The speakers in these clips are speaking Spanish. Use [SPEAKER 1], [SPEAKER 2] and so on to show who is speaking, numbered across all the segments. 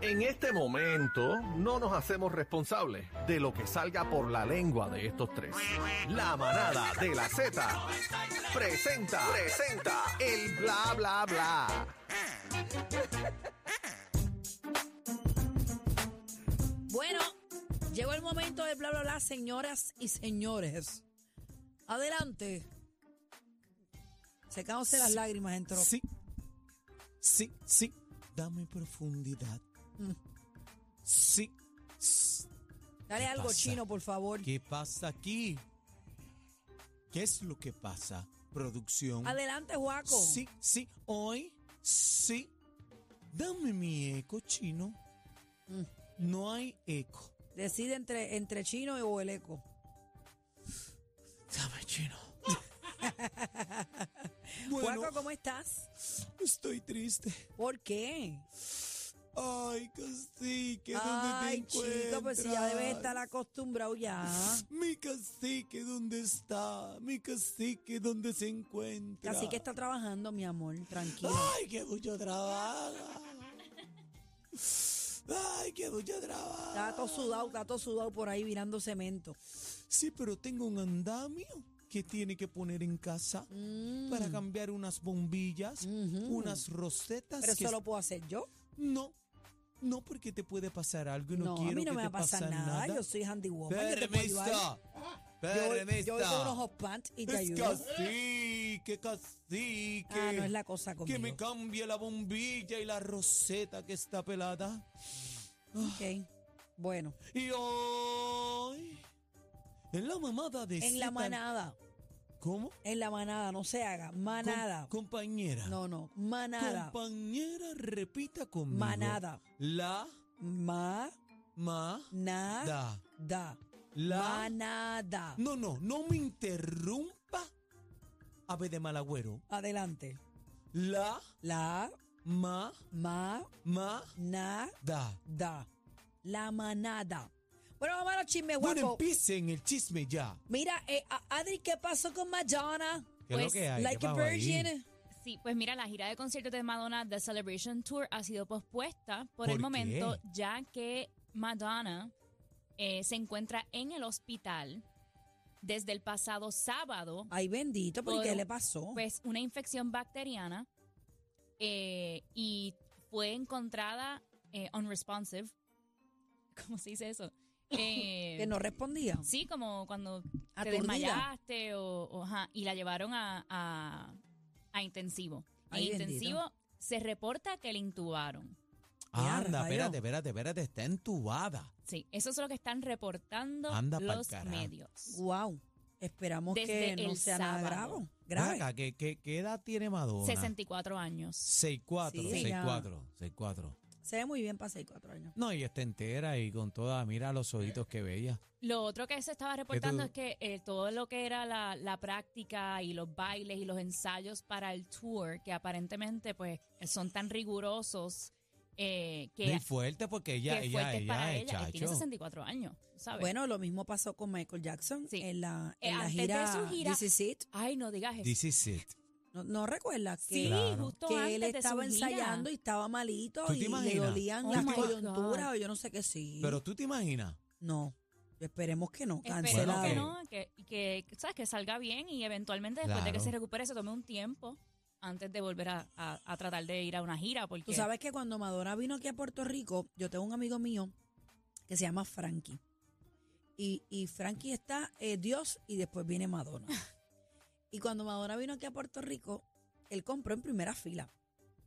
[SPEAKER 1] En este momento no nos hacemos responsables de lo que salga por la lengua de estos tres. La manada de la Z presenta, presenta el bla bla bla.
[SPEAKER 2] Bueno, llegó el momento de bla bla bla, señoras y señores. Adelante. Secándose las
[SPEAKER 3] Sí.
[SPEAKER 2] lágrimas, entró.
[SPEAKER 3] Sí, sí, sí, dame profundidad.
[SPEAKER 2] Mm.
[SPEAKER 3] Sí. s-
[SPEAKER 2] Dale
[SPEAKER 3] ¿Qué
[SPEAKER 2] algo
[SPEAKER 3] pasa?
[SPEAKER 2] chino, por favor.
[SPEAKER 3] ¿Qué pasa aquí? ¿Qué es lo que pasa? Producción.
[SPEAKER 2] Adelante, Juaco.
[SPEAKER 3] Sí, sí, hoy, sí. Dame mi eco chino.
[SPEAKER 2] Mm.
[SPEAKER 3] No hay eco.
[SPEAKER 2] Decide entre, entre chino o el eco.
[SPEAKER 3] Dame chino.
[SPEAKER 2] Juaco,
[SPEAKER 3] bueno,
[SPEAKER 2] ¿cómo estás?
[SPEAKER 3] estoy triste.
[SPEAKER 2] ¿Por qué?
[SPEAKER 3] Ay, cacique, ¿dónde
[SPEAKER 2] Ay,
[SPEAKER 3] te encuentras?
[SPEAKER 2] chico, pues si ya debes estar acostumbrado ya.
[SPEAKER 3] Mi cacique, ¿dónde está? Mi cacique, ¿dónde se encuentra?
[SPEAKER 2] Así que está trabajando, mi amor, tranquilo.
[SPEAKER 3] ¡Ay, qué mucho trabajo! ¡Ay, qué mucho
[SPEAKER 2] Está
[SPEAKER 3] trabajo!
[SPEAKER 2] todo sudado, está todo sudado por ahí virando cemento.
[SPEAKER 3] Sí, pero tengo un andamio que tiene que poner en casa
[SPEAKER 2] Mm.
[SPEAKER 3] para cambiar unas bombillas,
[SPEAKER 2] Ujú.
[SPEAKER 3] unas rosetas.
[SPEAKER 2] Pero
[SPEAKER 3] que
[SPEAKER 2] eso lo puedo hacer yo.
[SPEAKER 3] No, no porque te puede pasar algo y no,
[SPEAKER 2] No,
[SPEAKER 3] quiero
[SPEAKER 2] a mí no
[SPEAKER 3] que
[SPEAKER 2] me va
[SPEAKER 3] te
[SPEAKER 2] a pasar
[SPEAKER 3] pase
[SPEAKER 2] nada. Yo soy handy woman. Yo te puedo ayudar.
[SPEAKER 3] Permiso.
[SPEAKER 2] Yo, yo
[SPEAKER 3] Permiso.
[SPEAKER 2] uso unos hot pants y te
[SPEAKER 3] Es
[SPEAKER 2] ayudo.
[SPEAKER 3] cacique, cacique.
[SPEAKER 2] Ah, no es la cosa
[SPEAKER 3] que
[SPEAKER 2] conmigo.
[SPEAKER 3] me cambie la bombilla y la roseta que está pelada.
[SPEAKER 2] Ok. Bueno,
[SPEAKER 3] Y hoy, en la mamada de
[SPEAKER 2] en la
[SPEAKER 3] Zeta-
[SPEAKER 2] manada,
[SPEAKER 3] ¿Cómo?
[SPEAKER 2] en la manada, no se haga,
[SPEAKER 3] Com-
[SPEAKER 2] manada.
[SPEAKER 3] compañera.
[SPEAKER 2] No, no, manada,
[SPEAKER 3] Compañera, repita conmigo.
[SPEAKER 2] manada,
[SPEAKER 3] La
[SPEAKER 2] manada,
[SPEAKER 3] ma
[SPEAKER 2] da,
[SPEAKER 3] La
[SPEAKER 2] manada.
[SPEAKER 3] No, no, no me interrumpa. Ave de malagüero.
[SPEAKER 2] Adelante.
[SPEAKER 3] La
[SPEAKER 2] La
[SPEAKER 3] ma
[SPEAKER 2] manada,
[SPEAKER 3] ma
[SPEAKER 2] da, la manada. Bueno, vamos a los chismes,
[SPEAKER 3] Bueno,
[SPEAKER 2] guapo.
[SPEAKER 3] empiecen el chisme ya.
[SPEAKER 2] Mira, eh, a- Adri, ¿qué pasó con Madonna? Pues,
[SPEAKER 3] ¿Qué es lo que hay? ¿Qué
[SPEAKER 2] Like a
[SPEAKER 3] pasó ahí?
[SPEAKER 2] virgin.
[SPEAKER 4] Sí, pues mira, la gira de conciertos de Madonna, The Celebration Tour, ha sido pospuesta por,
[SPEAKER 3] ¿Por
[SPEAKER 4] el
[SPEAKER 3] qué?
[SPEAKER 4] momento, ya que Madonna eh, se encuentra en el hospital desde el pasado
[SPEAKER 3] Ah,
[SPEAKER 4] sábado,
[SPEAKER 2] Ay, bendito, pero ¿y
[SPEAKER 4] Por
[SPEAKER 2] qué
[SPEAKER 4] un-
[SPEAKER 2] le pasó?
[SPEAKER 4] pues una infección bacteriana eh, y fue encontrada eh, unresponsive. ¿Cómo se dice eso? Eh,
[SPEAKER 2] que no respondía.
[SPEAKER 4] Sí, como cuando te
[SPEAKER 2] Aturdida.
[SPEAKER 4] desmayaste o, o, ajá, y la llevaron a, a- a intensivo.
[SPEAKER 2] Ay,
[SPEAKER 4] en
[SPEAKER 2] bendito.
[SPEAKER 4] intensivo se reporta que la intubaron.
[SPEAKER 2] Ya,
[SPEAKER 3] Anda,
[SPEAKER 2] rayo.
[SPEAKER 3] espérate, espérate, espérate, está entubada.
[SPEAKER 4] Sí, eso es lo que están reportando
[SPEAKER 3] Anda pa'l
[SPEAKER 4] los
[SPEAKER 3] carajo.
[SPEAKER 4] medios.
[SPEAKER 2] Wow. Esperamos
[SPEAKER 4] Desde
[SPEAKER 2] que no
[SPEAKER 4] el
[SPEAKER 2] sea nada grave.
[SPEAKER 4] sábado.
[SPEAKER 2] grave.
[SPEAKER 3] Vaca, ¿qué, qué, qué edad tiene Madonna?
[SPEAKER 4] 64 años.
[SPEAKER 3] 64,
[SPEAKER 2] Sí,
[SPEAKER 3] 64, 64.
[SPEAKER 2] Se ve muy bien para 6, 4 años.
[SPEAKER 3] No, ella está entera y con toda, mira los ojitos que bella.
[SPEAKER 4] Lo otro que se estaba reportando
[SPEAKER 3] tú-
[SPEAKER 4] es que eh, todo lo que era la, la práctica y los bailes y los ensayos para el tour, que aparentemente pues son tan rigurosos eh, que,
[SPEAKER 3] Muy fuerte porque ella,
[SPEAKER 4] que
[SPEAKER 3] ella,
[SPEAKER 4] fuertes para
[SPEAKER 3] ella, es
[SPEAKER 4] ella. que tiene
[SPEAKER 3] chacho.
[SPEAKER 4] 64 años, ¿sabes?
[SPEAKER 2] Bueno, lo mismo pasó con Michael Jackson
[SPEAKER 4] Sí.
[SPEAKER 2] en la,
[SPEAKER 4] Eh,
[SPEAKER 2] en la
[SPEAKER 4] antes de
[SPEAKER 2] gira,
[SPEAKER 4] su gira-
[SPEAKER 2] This Is It.
[SPEAKER 4] Ay, no digas eso.
[SPEAKER 3] This is it.
[SPEAKER 2] ¿No, no recuerdas que,
[SPEAKER 4] Sí,
[SPEAKER 3] Claro.
[SPEAKER 4] justo
[SPEAKER 2] que
[SPEAKER 4] antes
[SPEAKER 2] él
[SPEAKER 4] de
[SPEAKER 2] estaba
[SPEAKER 4] su gira.
[SPEAKER 2] ensayando y estaba malito
[SPEAKER 3] ¿Tú te
[SPEAKER 2] y le
[SPEAKER 3] imaginas?
[SPEAKER 2] dolían
[SPEAKER 4] Oh
[SPEAKER 2] las
[SPEAKER 4] my God.
[SPEAKER 2] coyunturas o yo no sé qué sí?
[SPEAKER 3] Pero tú te imaginas,
[SPEAKER 2] no. Esperemos que no,
[SPEAKER 4] Esperemos
[SPEAKER 2] cancelado.
[SPEAKER 4] que no, que, y que, ¿sabes? que salga bien y eventualmente después de que
[SPEAKER 3] Claro.
[SPEAKER 4] se recupere se tome un tiempo antes de volver a, a- a tratar de ir a una gira. Porque
[SPEAKER 2] Tú sabes que cuando Madonna vino aquí a Puerto Rico, yo tengo un amigo mío que se llama Frankie. Y, y Frankie está eh, Dios y después viene Madonna. y cuando Madonna vino aquí a Puerto Rico, él compró en primera fila.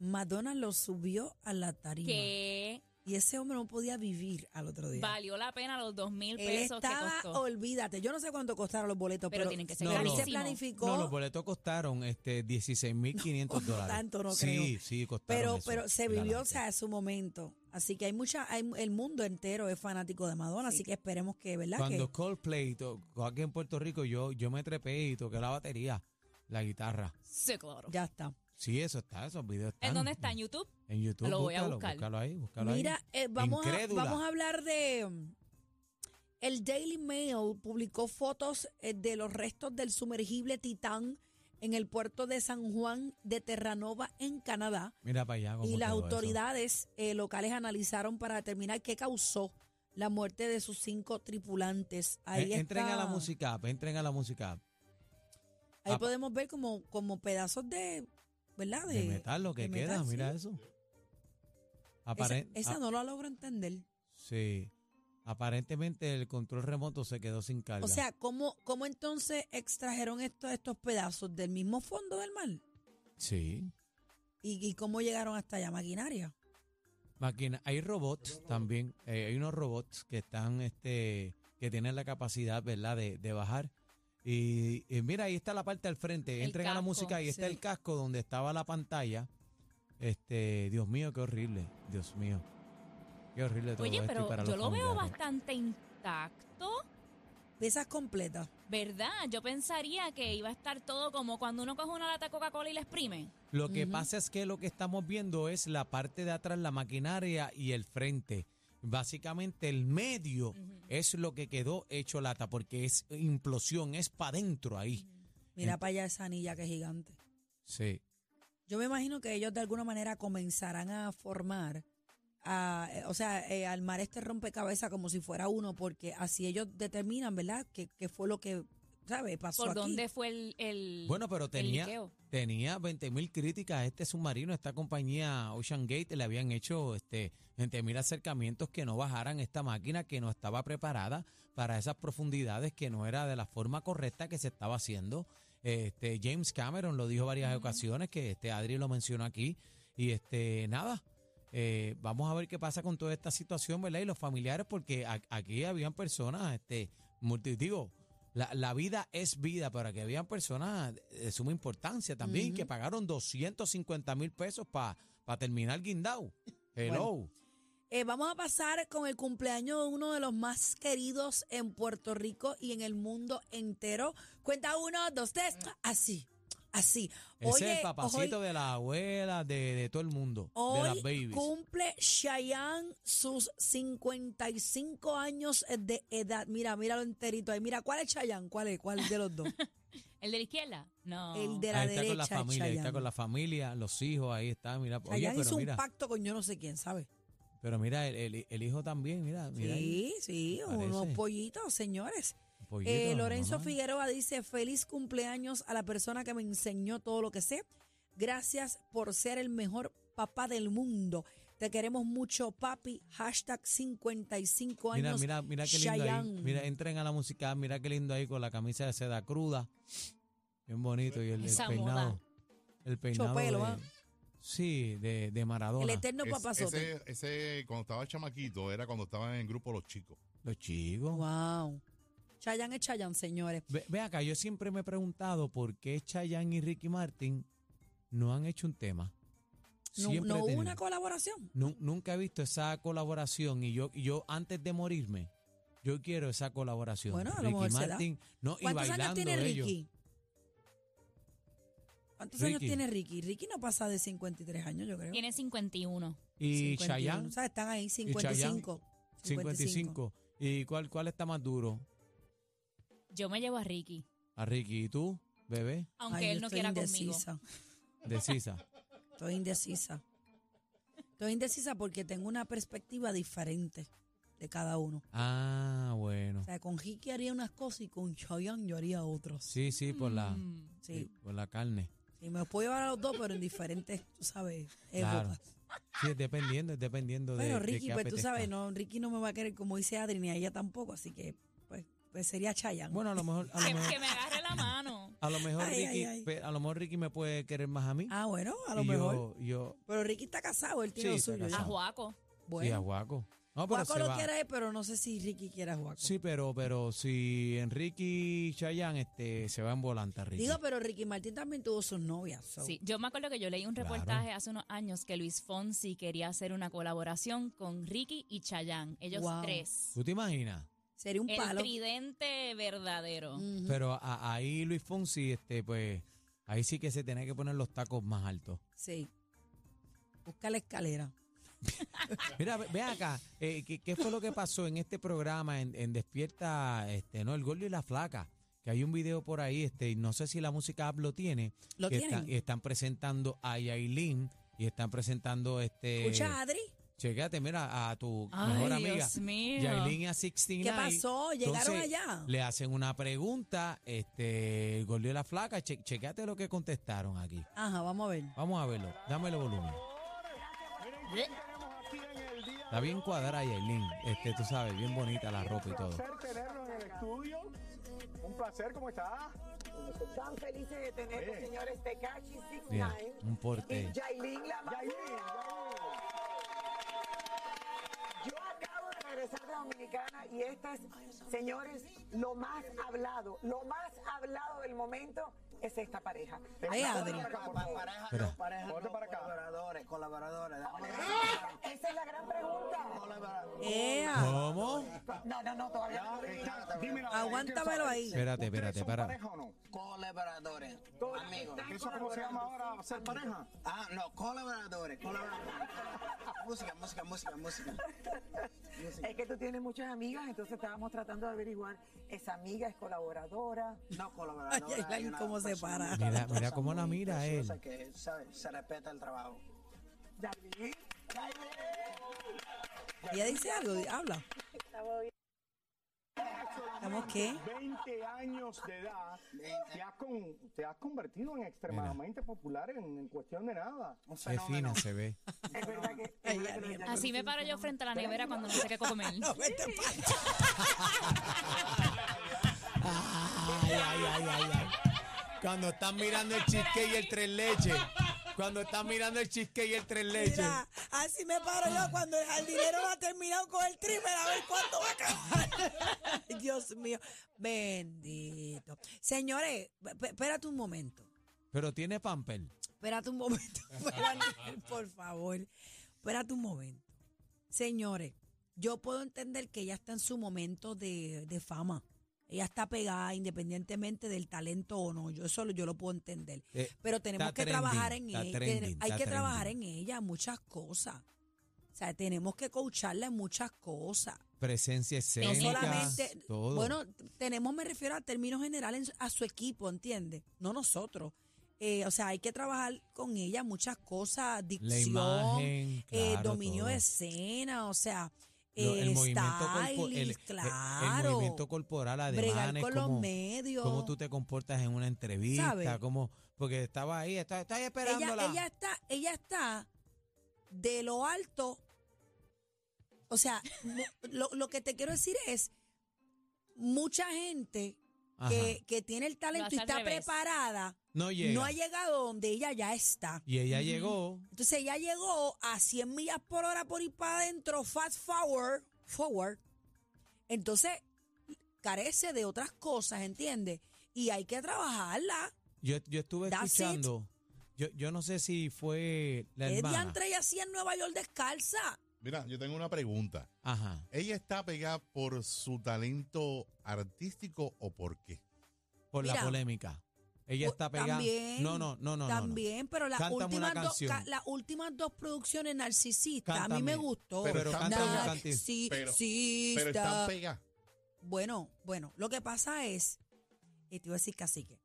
[SPEAKER 2] Madonna lo subió a la tarima.
[SPEAKER 4] que
[SPEAKER 2] Y ese hombre no podía vivir al otro día.
[SPEAKER 4] valió la pena los dos mil
[SPEAKER 2] Él
[SPEAKER 4] pesos que
[SPEAKER 2] estaba,
[SPEAKER 4] costó.
[SPEAKER 2] olvídate, yo no sé cuánto costaron los boletos,
[SPEAKER 4] Pero
[SPEAKER 2] pero,
[SPEAKER 4] tienen que ser
[SPEAKER 2] él se
[SPEAKER 3] carísimo.
[SPEAKER 2] planificó.
[SPEAKER 3] no, los boletos costaron este, 16.500
[SPEAKER 2] No, no
[SPEAKER 3] dólares.
[SPEAKER 2] tanto, no
[SPEAKER 3] sí,
[SPEAKER 2] creo.
[SPEAKER 3] Sí, costaron
[SPEAKER 2] Pero,
[SPEAKER 3] eso,
[SPEAKER 2] pero se
[SPEAKER 3] mira la
[SPEAKER 2] vivió, o
[SPEAKER 3] gente.
[SPEAKER 2] sea, su momento. Así que hay mucha, hay, el mundo entero es fanático de Madonna,
[SPEAKER 4] Sí.
[SPEAKER 2] así que esperemos que, ¿verdad?
[SPEAKER 3] Cuando
[SPEAKER 2] que,
[SPEAKER 3] Coldplay tocó aquí en Puerto Rico, yo, yo me trepé y toqué la batería, la guitarra.
[SPEAKER 4] Sí, claro.
[SPEAKER 2] ya está.
[SPEAKER 3] Sí, eso está, esos videos están.
[SPEAKER 4] ¿En dónde está? ¿En YouTube?
[SPEAKER 3] En YouTube.
[SPEAKER 4] Lo voy a
[SPEAKER 3] búscalo,
[SPEAKER 4] buscar.
[SPEAKER 3] Búscalo ahí, búscalo ahí.
[SPEAKER 2] Mira, eh, vamos, a,
[SPEAKER 3] Incrédula.
[SPEAKER 2] vamos a hablar de... mm, El Daily Mail publicó fotos eh, de los restos del sumergible Titán en el puerto de San Juan de Terranova, en Canadá.
[SPEAKER 3] Mira para allá. cómo
[SPEAKER 2] Y las
[SPEAKER 3] quedó eso.
[SPEAKER 2] autoridades eh, locales analizaron para determinar qué causó la muerte de sus cinco tripulantes. Ahí
[SPEAKER 3] Eh, entren
[SPEAKER 2] está-
[SPEAKER 3] a la música, app, entren a la música. app.
[SPEAKER 2] Ahí
[SPEAKER 3] Ah,
[SPEAKER 2] podemos ver como, como pedazos de, ¿verdad?
[SPEAKER 3] De, metal lo que
[SPEAKER 2] de
[SPEAKER 3] queda,
[SPEAKER 2] metal,
[SPEAKER 3] mira
[SPEAKER 2] sí.
[SPEAKER 3] eso.
[SPEAKER 2] Esa,
[SPEAKER 3] Aparent-
[SPEAKER 2] esa
[SPEAKER 3] ah,
[SPEAKER 2] no la logro entender.
[SPEAKER 3] Sí. Aparentemente el control remoto se quedó sin carga.
[SPEAKER 2] O sea, ¿cómo, cómo entonces extrajeron estos, estos pedazos del mismo fondo del mar?
[SPEAKER 3] sí.
[SPEAKER 2] ¿Y, y cómo llegaron hasta allá? Maquinaria.
[SPEAKER 3] Máquina, hay robots también, eh, hay unos robots que están, este, que tienen la capacidad, ¿verdad?, de, de bajar. Y, y mira, ahí está la parte al frente,
[SPEAKER 4] El
[SPEAKER 3] entren a la
[SPEAKER 4] casco,
[SPEAKER 3] música, ahí está
[SPEAKER 2] sí.
[SPEAKER 3] el casco donde estaba la pantalla. Este, Dios mío, qué horrible, Dios mío. Qué horrible todo
[SPEAKER 4] Oye,
[SPEAKER 3] esto y
[SPEAKER 4] pero
[SPEAKER 3] para
[SPEAKER 4] yo
[SPEAKER 3] los
[SPEAKER 4] lo veo
[SPEAKER 3] familiares.
[SPEAKER 4] bastante intacto,
[SPEAKER 2] Piezas completas.
[SPEAKER 4] ¿verdad? Yo pensaría que iba a estar todo como cuando uno coge una lata de Coca-Cola y la exprime.
[SPEAKER 3] Lo que
[SPEAKER 2] Ujú.
[SPEAKER 3] pasa es que lo que estamos viendo es la parte de atrás, la maquinaria y el frente. Básicamente el medio es lo que quedó hecho lata, porque es implosión, es para adentro ahí.
[SPEAKER 2] Mira
[SPEAKER 3] Ent-
[SPEAKER 2] para allá esa anilla que es gigante.
[SPEAKER 3] Sí.
[SPEAKER 2] Yo me imagino que ellos de alguna manera comenzarán a formar, a, eh, o sea, eh, armar este rompecabezas como si fuera uno, porque así ellos determinan, ¿verdad?, que, que fue lo que, ¿sabes?, pasó
[SPEAKER 4] ¿Por
[SPEAKER 2] aquí.
[SPEAKER 4] dónde fue el, el,
[SPEAKER 3] Bueno, pero
[SPEAKER 4] el
[SPEAKER 3] tenía,
[SPEAKER 4] liqueo?
[SPEAKER 3] tenía 20 mil críticas a este submarino, esta compañía Ocean Gate le habían hecho este 20 mil acercamientos que no bajaran esta máquina que no estaba preparada para esas profundidades que no era de la forma correcta que se estaba haciendo. Este James Cameron lo dijo varias
[SPEAKER 4] Ujú.
[SPEAKER 3] ocasiones que este Adri lo mencionó aquí y este nada. eh, vamos a ver qué pasa con toda esta situación, ¿verdad? Y los familiares, porque a- aquí habían personas, este, multi- digo, la, la vida es vida, pero que habían personas de suma importancia también
[SPEAKER 2] Ujú.
[SPEAKER 3] que pagaron 250 mil pesos para terminar guindao. Hello.
[SPEAKER 2] Eh, vamos a pasar con el cumpleaños de uno de los más queridos en Puerto Rico y en el mundo entero. Cuenta uno, dos, tres, así, así.
[SPEAKER 3] Ese
[SPEAKER 2] Oye,
[SPEAKER 3] es el papacito de la abuela, de, de todo el mundo, de las
[SPEAKER 2] Hoy
[SPEAKER 3] babies.
[SPEAKER 2] cumple Cheyenne sus 55 años de edad. Mira, míralo enterito ahí. Mira, ¿cuál es Cheyenne? ¿Cuál es? ¿Cuál de los dos?
[SPEAKER 4] ¿El de la izquierda? No.
[SPEAKER 2] El de la
[SPEAKER 3] Ahí está con la
[SPEAKER 2] derecha,
[SPEAKER 3] familia, ahí está
[SPEAKER 2] Chayanne.
[SPEAKER 3] con la familia, los hijos, ahí está, mira. Oye,
[SPEAKER 2] Cheyenne hizo
[SPEAKER 3] pero
[SPEAKER 2] un
[SPEAKER 3] mira,
[SPEAKER 2] pacto con yo no sé quién, ¿sabes?
[SPEAKER 3] pero mira, el, el- el hijo también, mira, mira. ahí,
[SPEAKER 2] Sí, sí,
[SPEAKER 3] Parece.
[SPEAKER 2] unos pollitos, señores.
[SPEAKER 3] un pollito,
[SPEAKER 2] Eh,
[SPEAKER 3] la
[SPEAKER 2] Lorenzo
[SPEAKER 3] mamá.
[SPEAKER 2] Figueroa dice, feliz cumpleaños a la persona que me enseñó todo lo que sé. Gracias por ser el mejor papá del mundo. Te queremos mucho, papi. Hashtag 55
[SPEAKER 3] Mira,
[SPEAKER 2] años.
[SPEAKER 3] mira, mira qué lindo
[SPEAKER 2] Chayanne.
[SPEAKER 3] ahí. Mira, entren a la música, ah, mira qué lindo ahí con la camisa de seda cruda. Bien bonito. Y el, el
[SPEAKER 4] Esa moda.
[SPEAKER 3] peinado. El peinado.
[SPEAKER 2] Chopelo,
[SPEAKER 3] de-
[SPEAKER 2] ¿ah?
[SPEAKER 3] Sí, de, de
[SPEAKER 2] El
[SPEAKER 3] Maradona.
[SPEAKER 2] eterno
[SPEAKER 5] Es-
[SPEAKER 2] papazote.
[SPEAKER 5] ese, ese, cuando estaba chamaquito, era cuando estaban en el grupo Los Chicos.
[SPEAKER 3] Los chicos.
[SPEAKER 2] Wow. Chayan es Chayan, señores.
[SPEAKER 3] Ve, ve acá, yo siempre me he preguntado por qué Chayanne y Ricky Martin no han hecho un tema.
[SPEAKER 2] No,
[SPEAKER 3] Siempre
[SPEAKER 2] no
[SPEAKER 3] he
[SPEAKER 2] hubo
[SPEAKER 3] tenido.
[SPEAKER 2] una colaboración.
[SPEAKER 3] Nu- nunca he visto esa colaboración y yo, y yo antes de morirme, yo quiero esa colaboración.
[SPEAKER 2] Bueno, a lo
[SPEAKER 3] Ricky
[SPEAKER 2] mejor se da.
[SPEAKER 3] Martin, no, y
[SPEAKER 2] ¿Cuántos
[SPEAKER 3] bailando
[SPEAKER 2] años tiene
[SPEAKER 3] ellos.
[SPEAKER 2] Ricky? ¿Cuántos años
[SPEAKER 3] Ricky.
[SPEAKER 2] tiene Ricky? Ricky no pasa de 53 años, yo creo.
[SPEAKER 4] Tiene 51.
[SPEAKER 3] Y
[SPEAKER 2] 51.
[SPEAKER 3] Chayanne,
[SPEAKER 2] O sea, están ahí
[SPEAKER 3] Chayanne?
[SPEAKER 2] 55.
[SPEAKER 3] 55. ¿Y cuál, cuál está más duro?
[SPEAKER 4] Yo me llevo a Ricky,
[SPEAKER 3] A Ricky. ¿Y tú, bebé?
[SPEAKER 4] aunque
[SPEAKER 2] Ay,
[SPEAKER 4] él
[SPEAKER 2] yo
[SPEAKER 4] no
[SPEAKER 2] estoy
[SPEAKER 4] quiera conmigo.
[SPEAKER 2] indecisa.
[SPEAKER 3] De Sisa.
[SPEAKER 2] Estoy indecisa. Estoy indecisa porque tengo una perspectiva diferente de cada uno.
[SPEAKER 3] Ah,
[SPEAKER 2] O
[SPEAKER 3] bueno.
[SPEAKER 2] sea, con Ricky haría unas cosas y con Chayanne yo haría otras. Sí.
[SPEAKER 3] Sí, sí, por la,
[SPEAKER 4] Mm.
[SPEAKER 3] por la carne.
[SPEAKER 2] sí, me puedo llevar a los dos, pero en diferentes, tú sabes, épocas.
[SPEAKER 3] Claro. Sí, es dependiendo, es dependiendo de.
[SPEAKER 2] Bueno,
[SPEAKER 3] de
[SPEAKER 2] Ricky,
[SPEAKER 3] qué
[SPEAKER 2] pues tú
[SPEAKER 3] apetezca.
[SPEAKER 2] sabes, no, Ricky no me va a querer como dice Adri, ni a ella tampoco, así que pues, pues sería Chayanne.
[SPEAKER 3] Bueno, a lo mejor. A lo
[SPEAKER 4] Que,
[SPEAKER 3] mejor,
[SPEAKER 4] que me agarre la mano.
[SPEAKER 3] a lo mejor
[SPEAKER 2] Ay, ay,
[SPEAKER 3] Ricky,
[SPEAKER 2] ay.
[SPEAKER 3] pe- a lo mejor Ricky me puede querer más a mí.
[SPEAKER 2] ah, bueno, a lo
[SPEAKER 3] Y
[SPEAKER 2] mejor.
[SPEAKER 3] Yo, yo
[SPEAKER 2] Pero Ricky está casado, él tiene
[SPEAKER 3] Sí,
[SPEAKER 2] lo suyo.
[SPEAKER 3] está casado.
[SPEAKER 4] A
[SPEAKER 2] ya.
[SPEAKER 4] Juaco.
[SPEAKER 3] sí, a
[SPEAKER 2] Bueno,
[SPEAKER 3] Guaco. No, pero
[SPEAKER 2] Juaco
[SPEAKER 3] se
[SPEAKER 2] lo
[SPEAKER 3] va.
[SPEAKER 2] quiere, pero no sé si Ricky quiere a Juaco.
[SPEAKER 3] Sí, pero, pero si Enrique y Chayanne este, se va en volante, Ricky.
[SPEAKER 2] Digo, pero Ricky Martín también tuvo sus novias. so.
[SPEAKER 4] Sí, yo me acuerdo que yo leí un
[SPEAKER 3] Claro.
[SPEAKER 4] reportaje hace unos años que Luis Fonsi quería hacer una colaboración con Ricky y Chayanne, ellos
[SPEAKER 2] Wow.
[SPEAKER 4] tres.
[SPEAKER 3] ¿Tú te imaginas?
[SPEAKER 2] Sería un
[SPEAKER 4] El
[SPEAKER 2] palo. Mm.
[SPEAKER 4] tridente verdadero.
[SPEAKER 2] Ujú.
[SPEAKER 3] Pero a- ahí Luis Fonsi, este, pues, ahí sí que se tenía que poner los tacos más altos.
[SPEAKER 2] Sí. Busca la escalera.
[SPEAKER 3] Mira, ve ve acá, eh, ¿qué, qué fue lo que pasó en este programa en, en Despierta, este, no, el gordo y la flaca? Que que hay un video por ahí, este, y no sé si la música app lo tiene,
[SPEAKER 2] ¿Lo
[SPEAKER 3] que están-
[SPEAKER 2] tienen?
[SPEAKER 3] y están presentando a Yailin y están presentando este.
[SPEAKER 2] Escucha, Adri,
[SPEAKER 3] Chécate, mira, a tu mejor
[SPEAKER 4] Ay,
[SPEAKER 3] amiga.
[SPEAKER 4] Dios mío.
[SPEAKER 3] Yailin y a 69.
[SPEAKER 2] ¿qué pasó? ¿Llegaron
[SPEAKER 3] Entonces,
[SPEAKER 2] allá?
[SPEAKER 3] Le hacen una pregunta, este, el gordo y la flaca, che- checate lo que contestaron aquí.
[SPEAKER 2] Ajá, vamos a ver.
[SPEAKER 3] Vamos a verlo, dame el volumen. Está bien cuadrada Yailin, este, tú sabes, bien bonita la ropa y todo.
[SPEAKER 6] Un placer tenerlo en el estudio. Un placer, ¿cómo está?
[SPEAKER 7] Tan felices de tenerlo,
[SPEAKER 6] Oye.
[SPEAKER 7] señores. Tekashi
[SPEAKER 3] Mira,
[SPEAKER 7] 69
[SPEAKER 3] un
[SPEAKER 7] y
[SPEAKER 3] porte.
[SPEAKER 7] Yailin la
[SPEAKER 6] Yailin,
[SPEAKER 7] Mayor. Yo acabo de regresar de Dominicana y esta es, señores, lo más hablado, lo más hablado del momento es esta pareja.
[SPEAKER 2] Ay, Adri.
[SPEAKER 8] Pareja,
[SPEAKER 3] Espera.
[SPEAKER 8] no, pareja, no,
[SPEAKER 6] Ponte para acá.
[SPEAKER 8] colaboradores, colaboradores. la pareja,
[SPEAKER 7] Ah, Esa es la gran pregunta.
[SPEAKER 8] colaboradores.
[SPEAKER 2] ¡Ea!
[SPEAKER 3] ¿Cómo?
[SPEAKER 7] No, no, no, todavía no.
[SPEAKER 6] Está- dime la verdad,
[SPEAKER 2] Aguántamelo
[SPEAKER 6] ¿ustedes
[SPEAKER 2] ahí.
[SPEAKER 3] Espérate,
[SPEAKER 6] son
[SPEAKER 3] espérate, para.
[SPEAKER 6] pareja o no?
[SPEAKER 8] Colaboradores, amigos.
[SPEAKER 6] ¿Eso cómo se llama ahora? ¿Ser pareja?
[SPEAKER 8] Ah, no, colaboradores, colaboradores. música, música, música, música. música.
[SPEAKER 7] Es que tú tienes muchas amigas, entonces estábamos tratando de averiguar, esa amiga es colaboradora.
[SPEAKER 8] No,
[SPEAKER 2] Ay,
[SPEAKER 8] colaboradores.
[SPEAKER 2] ay, ay,
[SPEAKER 8] hay una
[SPEAKER 2] cómo se
[SPEAKER 8] persona
[SPEAKER 2] para.
[SPEAKER 8] muy
[SPEAKER 3] Mira,
[SPEAKER 8] talentosa,
[SPEAKER 3] mira cómo la
[SPEAKER 8] muy
[SPEAKER 3] mira él.
[SPEAKER 8] preciosa que, ¿sabes? Se respeta el trabajo.
[SPEAKER 7] Yailin,
[SPEAKER 2] Ella dice algo, di- habla. ¿Estamos qué?
[SPEAKER 6] 20 años de edad,
[SPEAKER 8] Eh,
[SPEAKER 6] te has, con- te has convertido en extremadamente popular en, en cuestión de nada.
[SPEAKER 8] Un
[SPEAKER 3] Qué
[SPEAKER 8] fenómeno.
[SPEAKER 3] fina se ve.
[SPEAKER 7] es verdad que... es
[SPEAKER 2] Ay,
[SPEAKER 7] verdad que
[SPEAKER 2] Adri,
[SPEAKER 7] Yailin
[SPEAKER 4] Así me
[SPEAKER 7] es
[SPEAKER 4] paro
[SPEAKER 7] un
[SPEAKER 4] yo
[SPEAKER 7] fenómeno.
[SPEAKER 4] frente a la nevera cuando no sé qué comer.
[SPEAKER 2] No, vete pa' allá.
[SPEAKER 3] Ay, ay, ay, ay, ay. Cuando están mirando el cheesecake y el tres leches. Cuando están mirando el cheesecake y el tres leches.
[SPEAKER 2] Mira, así me paro yo cuando el jardinero no ha terminado con el trimmer a ver cuánto va a acabar. Dios mío, bendito. Señores, p- espérate un momento.
[SPEAKER 3] Pero tiene pamper.
[SPEAKER 2] Espérate un momento, espérate, por favor. Espérate un momento. Señores, yo puedo entender que ella está en su momento de, de fama. Ella está pegada independientemente del talento o no. Yo eso lo- yo lo puedo entender.
[SPEAKER 3] Eh,
[SPEAKER 2] Pero tenemos
[SPEAKER 3] está
[SPEAKER 2] que trabajar en
[SPEAKER 3] trending, está
[SPEAKER 2] ella.
[SPEAKER 3] trending,
[SPEAKER 2] Hay
[SPEAKER 3] está
[SPEAKER 2] que
[SPEAKER 3] trending.
[SPEAKER 2] trabajar en ella muchas cosas. O sea, tenemos que coacharla en muchas cosas.
[SPEAKER 3] Presencia escénica.
[SPEAKER 2] No solamente,
[SPEAKER 3] todo.
[SPEAKER 2] bueno, tenemos, me refiero a términos generales, a su equipo, ¿entiendes? No nosotros. Eh, o sea, hay que trabajar con ella muchas cosas,
[SPEAKER 3] la
[SPEAKER 2] dicción,
[SPEAKER 3] imagen.
[SPEAKER 2] eh,
[SPEAKER 3] claro,
[SPEAKER 2] dominio
[SPEAKER 3] todo.
[SPEAKER 2] de escena, o sea,
[SPEAKER 3] Lo-
[SPEAKER 2] eh,
[SPEAKER 3] el movimiento corpo-
[SPEAKER 2] styling,
[SPEAKER 3] el- el- el
[SPEAKER 2] claro,
[SPEAKER 3] movimiento corporal,
[SPEAKER 2] bregar
[SPEAKER 3] ademanes,
[SPEAKER 2] con
[SPEAKER 3] cómo-
[SPEAKER 2] los medios.
[SPEAKER 3] cómo tú te comportas en una entrevista,
[SPEAKER 2] ¿Sabe?
[SPEAKER 3] cómo, porque estaba ahí, está- estoy, esperándola.
[SPEAKER 2] ella, ella está, ella está de lo alto. O sea, mu- lo, lo que te quiero decir es, mucha gente
[SPEAKER 3] Ajá.
[SPEAKER 2] que, que tiene el talento y
[SPEAKER 4] hace al
[SPEAKER 2] está
[SPEAKER 4] revés.
[SPEAKER 2] preparada,
[SPEAKER 3] no llega.
[SPEAKER 2] no ha llegado donde ella ya está.
[SPEAKER 3] y ella llegó.
[SPEAKER 2] Entonces ella llegó a 100 millas por hora por ir para adentro, fast forward, forward. Entonces carece de otras cosas, ¿entiendes? Y hay que trabajarla.
[SPEAKER 3] Yo, yo estuve
[SPEAKER 2] That's it.
[SPEAKER 3] escuchando. Yo, yo no sé si fue la
[SPEAKER 2] Es
[SPEAKER 3] hermana.
[SPEAKER 2] diantre y así en Nueva York descalza.
[SPEAKER 5] Mira, yo tengo una pregunta.
[SPEAKER 3] Ajá.
[SPEAKER 5] ¿Ella está pegada por su talento artístico o por qué?
[SPEAKER 3] por la
[SPEAKER 2] Mira,
[SPEAKER 3] polémica. Ella
[SPEAKER 2] Pues,
[SPEAKER 3] está pegando.
[SPEAKER 2] También,
[SPEAKER 3] no, no, no, no. no, no.
[SPEAKER 2] También, pero las
[SPEAKER 3] Cántame una
[SPEAKER 2] últimas, dos,
[SPEAKER 3] canción.
[SPEAKER 2] ca- las últimas dos producciones narcisistas a mí
[SPEAKER 3] Cántame.
[SPEAKER 2] me gustó.
[SPEAKER 5] Pero
[SPEAKER 3] Pero
[SPEAKER 5] están-
[SPEAKER 3] canta
[SPEAKER 5] Nah,
[SPEAKER 3] una canción.
[SPEAKER 5] pero-
[SPEAKER 2] Narcisista.
[SPEAKER 5] Pero están pegadas.
[SPEAKER 2] Bueno, bueno, lo que pasa es, y te iba a decir cacique,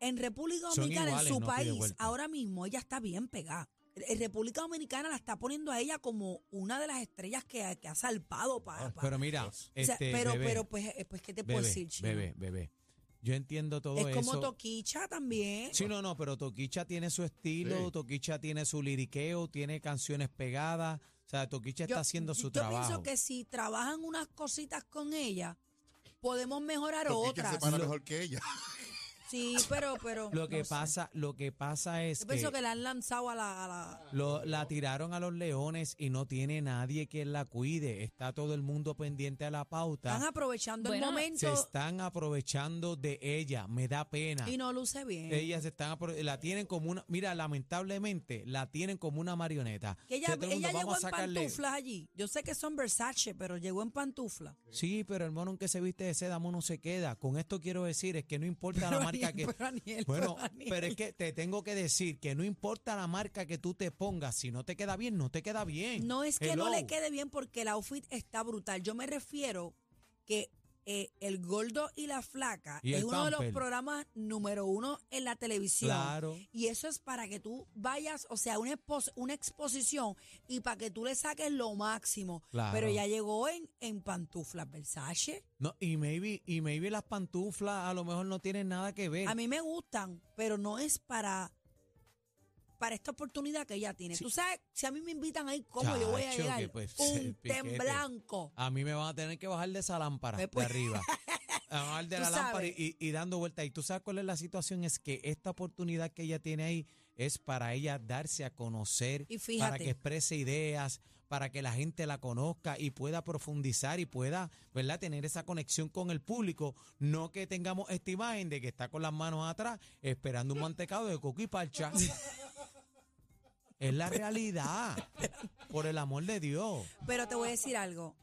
[SPEAKER 2] en República
[SPEAKER 3] Son
[SPEAKER 2] Dominicana,
[SPEAKER 3] iguales,
[SPEAKER 2] en su
[SPEAKER 3] no pide
[SPEAKER 2] país,
[SPEAKER 3] vuelta.
[SPEAKER 2] ahora mismo ella está bien pegada. En República Dominicana la está poniendo a ella como una de las estrellas que, que ha salpado para...
[SPEAKER 3] Ah, Pero mira, este,
[SPEAKER 2] pero,
[SPEAKER 3] bebé,
[SPEAKER 2] pero pues, eh, pues, ¿qué te puedo
[SPEAKER 3] bebé,
[SPEAKER 2] decir, Chino?
[SPEAKER 3] bebé, bebé. Yo entiendo todo
[SPEAKER 2] Es como
[SPEAKER 3] eso.
[SPEAKER 2] Toquicha también.
[SPEAKER 3] Sí, no, no, pero Toquicha tiene su estilo,
[SPEAKER 5] Sí.
[SPEAKER 3] Toquicha tiene su liriqueo, tiene canciones pegadas. O sea, Toquicha está haciendo su
[SPEAKER 2] yo
[SPEAKER 3] trabajo.
[SPEAKER 2] pienso que si trabajan unas cositas con ella, podemos mejorar
[SPEAKER 5] Porque ella
[SPEAKER 2] otras.
[SPEAKER 5] se para mejor que ella.
[SPEAKER 2] Sí, pero, pero.
[SPEAKER 3] lo que
[SPEAKER 2] no sé.
[SPEAKER 3] pasa, lo que pasa es
[SPEAKER 2] Yo pienso
[SPEAKER 3] que
[SPEAKER 2] que la han lanzado a la- a la
[SPEAKER 3] Lo- la tiraron a los leones y no tiene nadie que la cuide. Está todo el mundo pendiente a la pauta.
[SPEAKER 2] Están aprovechando
[SPEAKER 4] Bueno,
[SPEAKER 2] el
[SPEAKER 3] Se
[SPEAKER 2] momento
[SPEAKER 3] están aprovechando de ella. Me da pena.
[SPEAKER 2] y no luce bien.
[SPEAKER 3] Ellas están apro- la tienen como una, mira, lamentablemente la tienen como una marioneta.
[SPEAKER 2] que
[SPEAKER 3] O
[SPEAKER 2] ella
[SPEAKER 3] sea, todo el mundo,
[SPEAKER 2] ella llegó
[SPEAKER 3] vamos a
[SPEAKER 2] en
[SPEAKER 3] sacarle-
[SPEAKER 2] pantuflas allí. Yo sé que son Versace, pero llegó en pantuflas.
[SPEAKER 3] Sí, pero el mono aunque se viste de seda, mono se queda. Con esto quiero decir es que no importa la marca que
[SPEAKER 2] Pero Aniel,
[SPEAKER 3] bueno,
[SPEAKER 2] pero Aniel.
[SPEAKER 3] pero es que te tengo que decir que no importa la marca que tú te pongas, si no te queda bien, no te queda bien.
[SPEAKER 2] No es que no
[SPEAKER 3] Hello.
[SPEAKER 2] le quede bien porque el outfit está brutal. Yo me refiero que eh, El Gordo y la Flaca
[SPEAKER 3] Y
[SPEAKER 2] es
[SPEAKER 3] el
[SPEAKER 2] uno de
[SPEAKER 3] Pamper.
[SPEAKER 2] los programas número uno en la televisión.
[SPEAKER 3] Claro.
[SPEAKER 2] Y eso es para que tú vayas, o sea, una, expos- una exposición y para que tú le saques lo máximo.
[SPEAKER 3] Claro.
[SPEAKER 2] Pero ya llegó en, en pantuflas Versace.
[SPEAKER 3] No, y maybe, y maybe las pantuflas a lo mejor no tienen nada que ver.
[SPEAKER 2] A mí me gustan, pero no es para para esta oportunidad que ella tiene. Tú sabes, si a mí me invitan ahí, ¿cómo yo voy a
[SPEAKER 3] Chacho,
[SPEAKER 2] llegar?
[SPEAKER 3] que pues, el
[SPEAKER 2] Un
[SPEAKER 3] piquete.
[SPEAKER 2] ten blanco.
[SPEAKER 3] A mí me van a tener que bajar de esa lámpara
[SPEAKER 2] Me
[SPEAKER 3] de
[SPEAKER 2] puede-
[SPEAKER 3] arriba. Me van a bajar de
[SPEAKER 2] Pues, Tú
[SPEAKER 3] la lámpara
[SPEAKER 2] sabes.
[SPEAKER 3] y, y dando vueltas. Y tú sabes cuál es la situación, es que esta oportunidad que ella tiene ahí es para ella darse a conocer,
[SPEAKER 2] Y fíjate.
[SPEAKER 3] para que exprese ideas, para que la gente la conozca y pueda profundizar y pueda, ¿verdad?, tener esa conexión con el público. No que tengamos esta imagen de que está con las manos atrás esperando un mantecado de coco y parcha. es la realidad, por el amor de Dios.
[SPEAKER 2] Pero te voy a decir algo.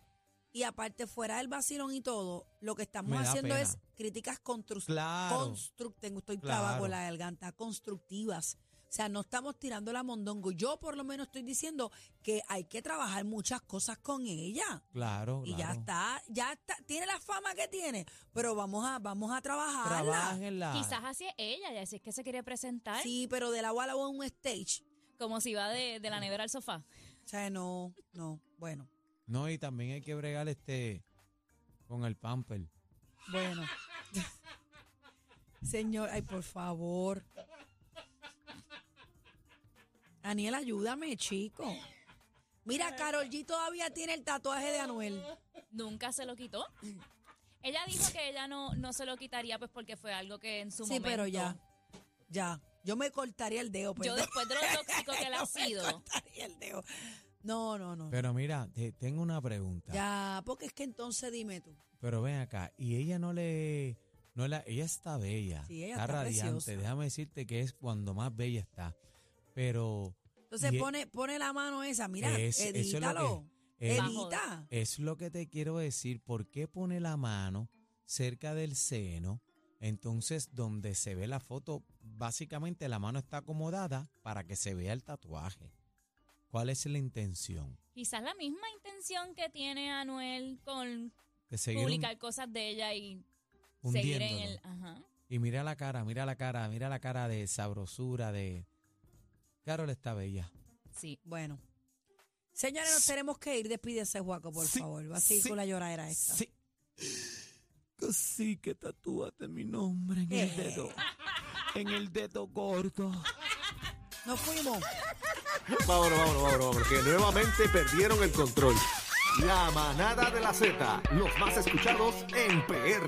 [SPEAKER 2] Y aparte, fuera del vacilón y todo, lo que estamos
[SPEAKER 3] Me da
[SPEAKER 2] haciendo
[SPEAKER 3] pena.
[SPEAKER 2] es críticas constructivas.
[SPEAKER 3] Claro.
[SPEAKER 2] Estoy
[SPEAKER 3] Claro.
[SPEAKER 2] trabado con la garganta. Constructivas. O sea, no estamos tirando la mondongo. Yo por lo menos estoy diciendo que hay que trabajar muchas cosas con ella.
[SPEAKER 3] Claro,
[SPEAKER 2] Y ya
[SPEAKER 3] claro.
[SPEAKER 2] está, ya está, tiene la fama que tiene, pero vamos a, vamos a trabajarla.
[SPEAKER 3] Trabájenla.
[SPEAKER 4] Quizás así es ella, ya si es que se quiere presentar,
[SPEAKER 2] Sí, pero de la bala a un stage.
[SPEAKER 4] como si va de, de la nevera al sofá.
[SPEAKER 2] O sea, no, no, bueno.
[SPEAKER 3] No, y también hay que bregar este con el pamper.
[SPEAKER 2] Bueno. Señor, ay, por favor. Aniel, ayúdame, chico. Mira, Carol G todavía tiene el tatuaje de Anuel.
[SPEAKER 4] Nunca se lo quitó. Ella dijo que ella no, no se lo quitaría pues porque fue algo que en su
[SPEAKER 2] Sí,
[SPEAKER 4] momento...
[SPEAKER 2] pero ya. Ya. Yo me cortaría el dedo.
[SPEAKER 4] Yo
[SPEAKER 2] perdón.
[SPEAKER 4] después de lo tóxico que él ha
[SPEAKER 2] Yo me
[SPEAKER 4] sido.
[SPEAKER 2] cortaría el dedo. No, no, no.
[SPEAKER 3] Pero mira, te- tengo una pregunta.
[SPEAKER 2] Ya, porque es que entonces dime tú.
[SPEAKER 3] Pero ven acá, y ella no le no la ella está bella,
[SPEAKER 2] Sí, ella
[SPEAKER 3] está,
[SPEAKER 2] está
[SPEAKER 3] radiante,
[SPEAKER 2] preciosa.
[SPEAKER 3] déjame decirte que es cuando más bella está. Pero
[SPEAKER 2] Entonces
[SPEAKER 3] Y es-
[SPEAKER 2] pone, pone la mano esa, mira,
[SPEAKER 3] es- eso es lo que-
[SPEAKER 2] edítalo.
[SPEAKER 3] eh,
[SPEAKER 4] Bajo.
[SPEAKER 2] Edita.
[SPEAKER 3] es lo que te quiero decir, ¿por qué pone la mano cerca del seno? Entonces, donde se ve la foto, básicamente la mano está acomodada para que se vea el tatuaje. ¿Cuál es la intención?
[SPEAKER 4] Quizás la misma intención que tiene Anuel con
[SPEAKER 3] De seguir un-
[SPEAKER 4] publicar cosas de ella y seguir en
[SPEAKER 3] hundiéndolo.
[SPEAKER 4] el... Ajá.
[SPEAKER 3] Y mira la cara, mira la cara, mira la cara de sabrosura, de... Carol está bella.
[SPEAKER 4] Sí.
[SPEAKER 2] Bueno. Señores, nos tenemos que ir. Despídese, Juaco, por
[SPEAKER 3] Sí,
[SPEAKER 2] favor. Va a seguir
[SPEAKER 3] sí,
[SPEAKER 2] con la lloradera esta.
[SPEAKER 3] Casi que tatúate mi nombre en
[SPEAKER 4] Eh.
[SPEAKER 3] el dedo. En el dedo gordo.
[SPEAKER 2] Nos fuimos.
[SPEAKER 1] Vámonos, vámonos, vámonos, vámonos, que nuevamente perdieron el control. La manada de la Z, los más escuchados en PR.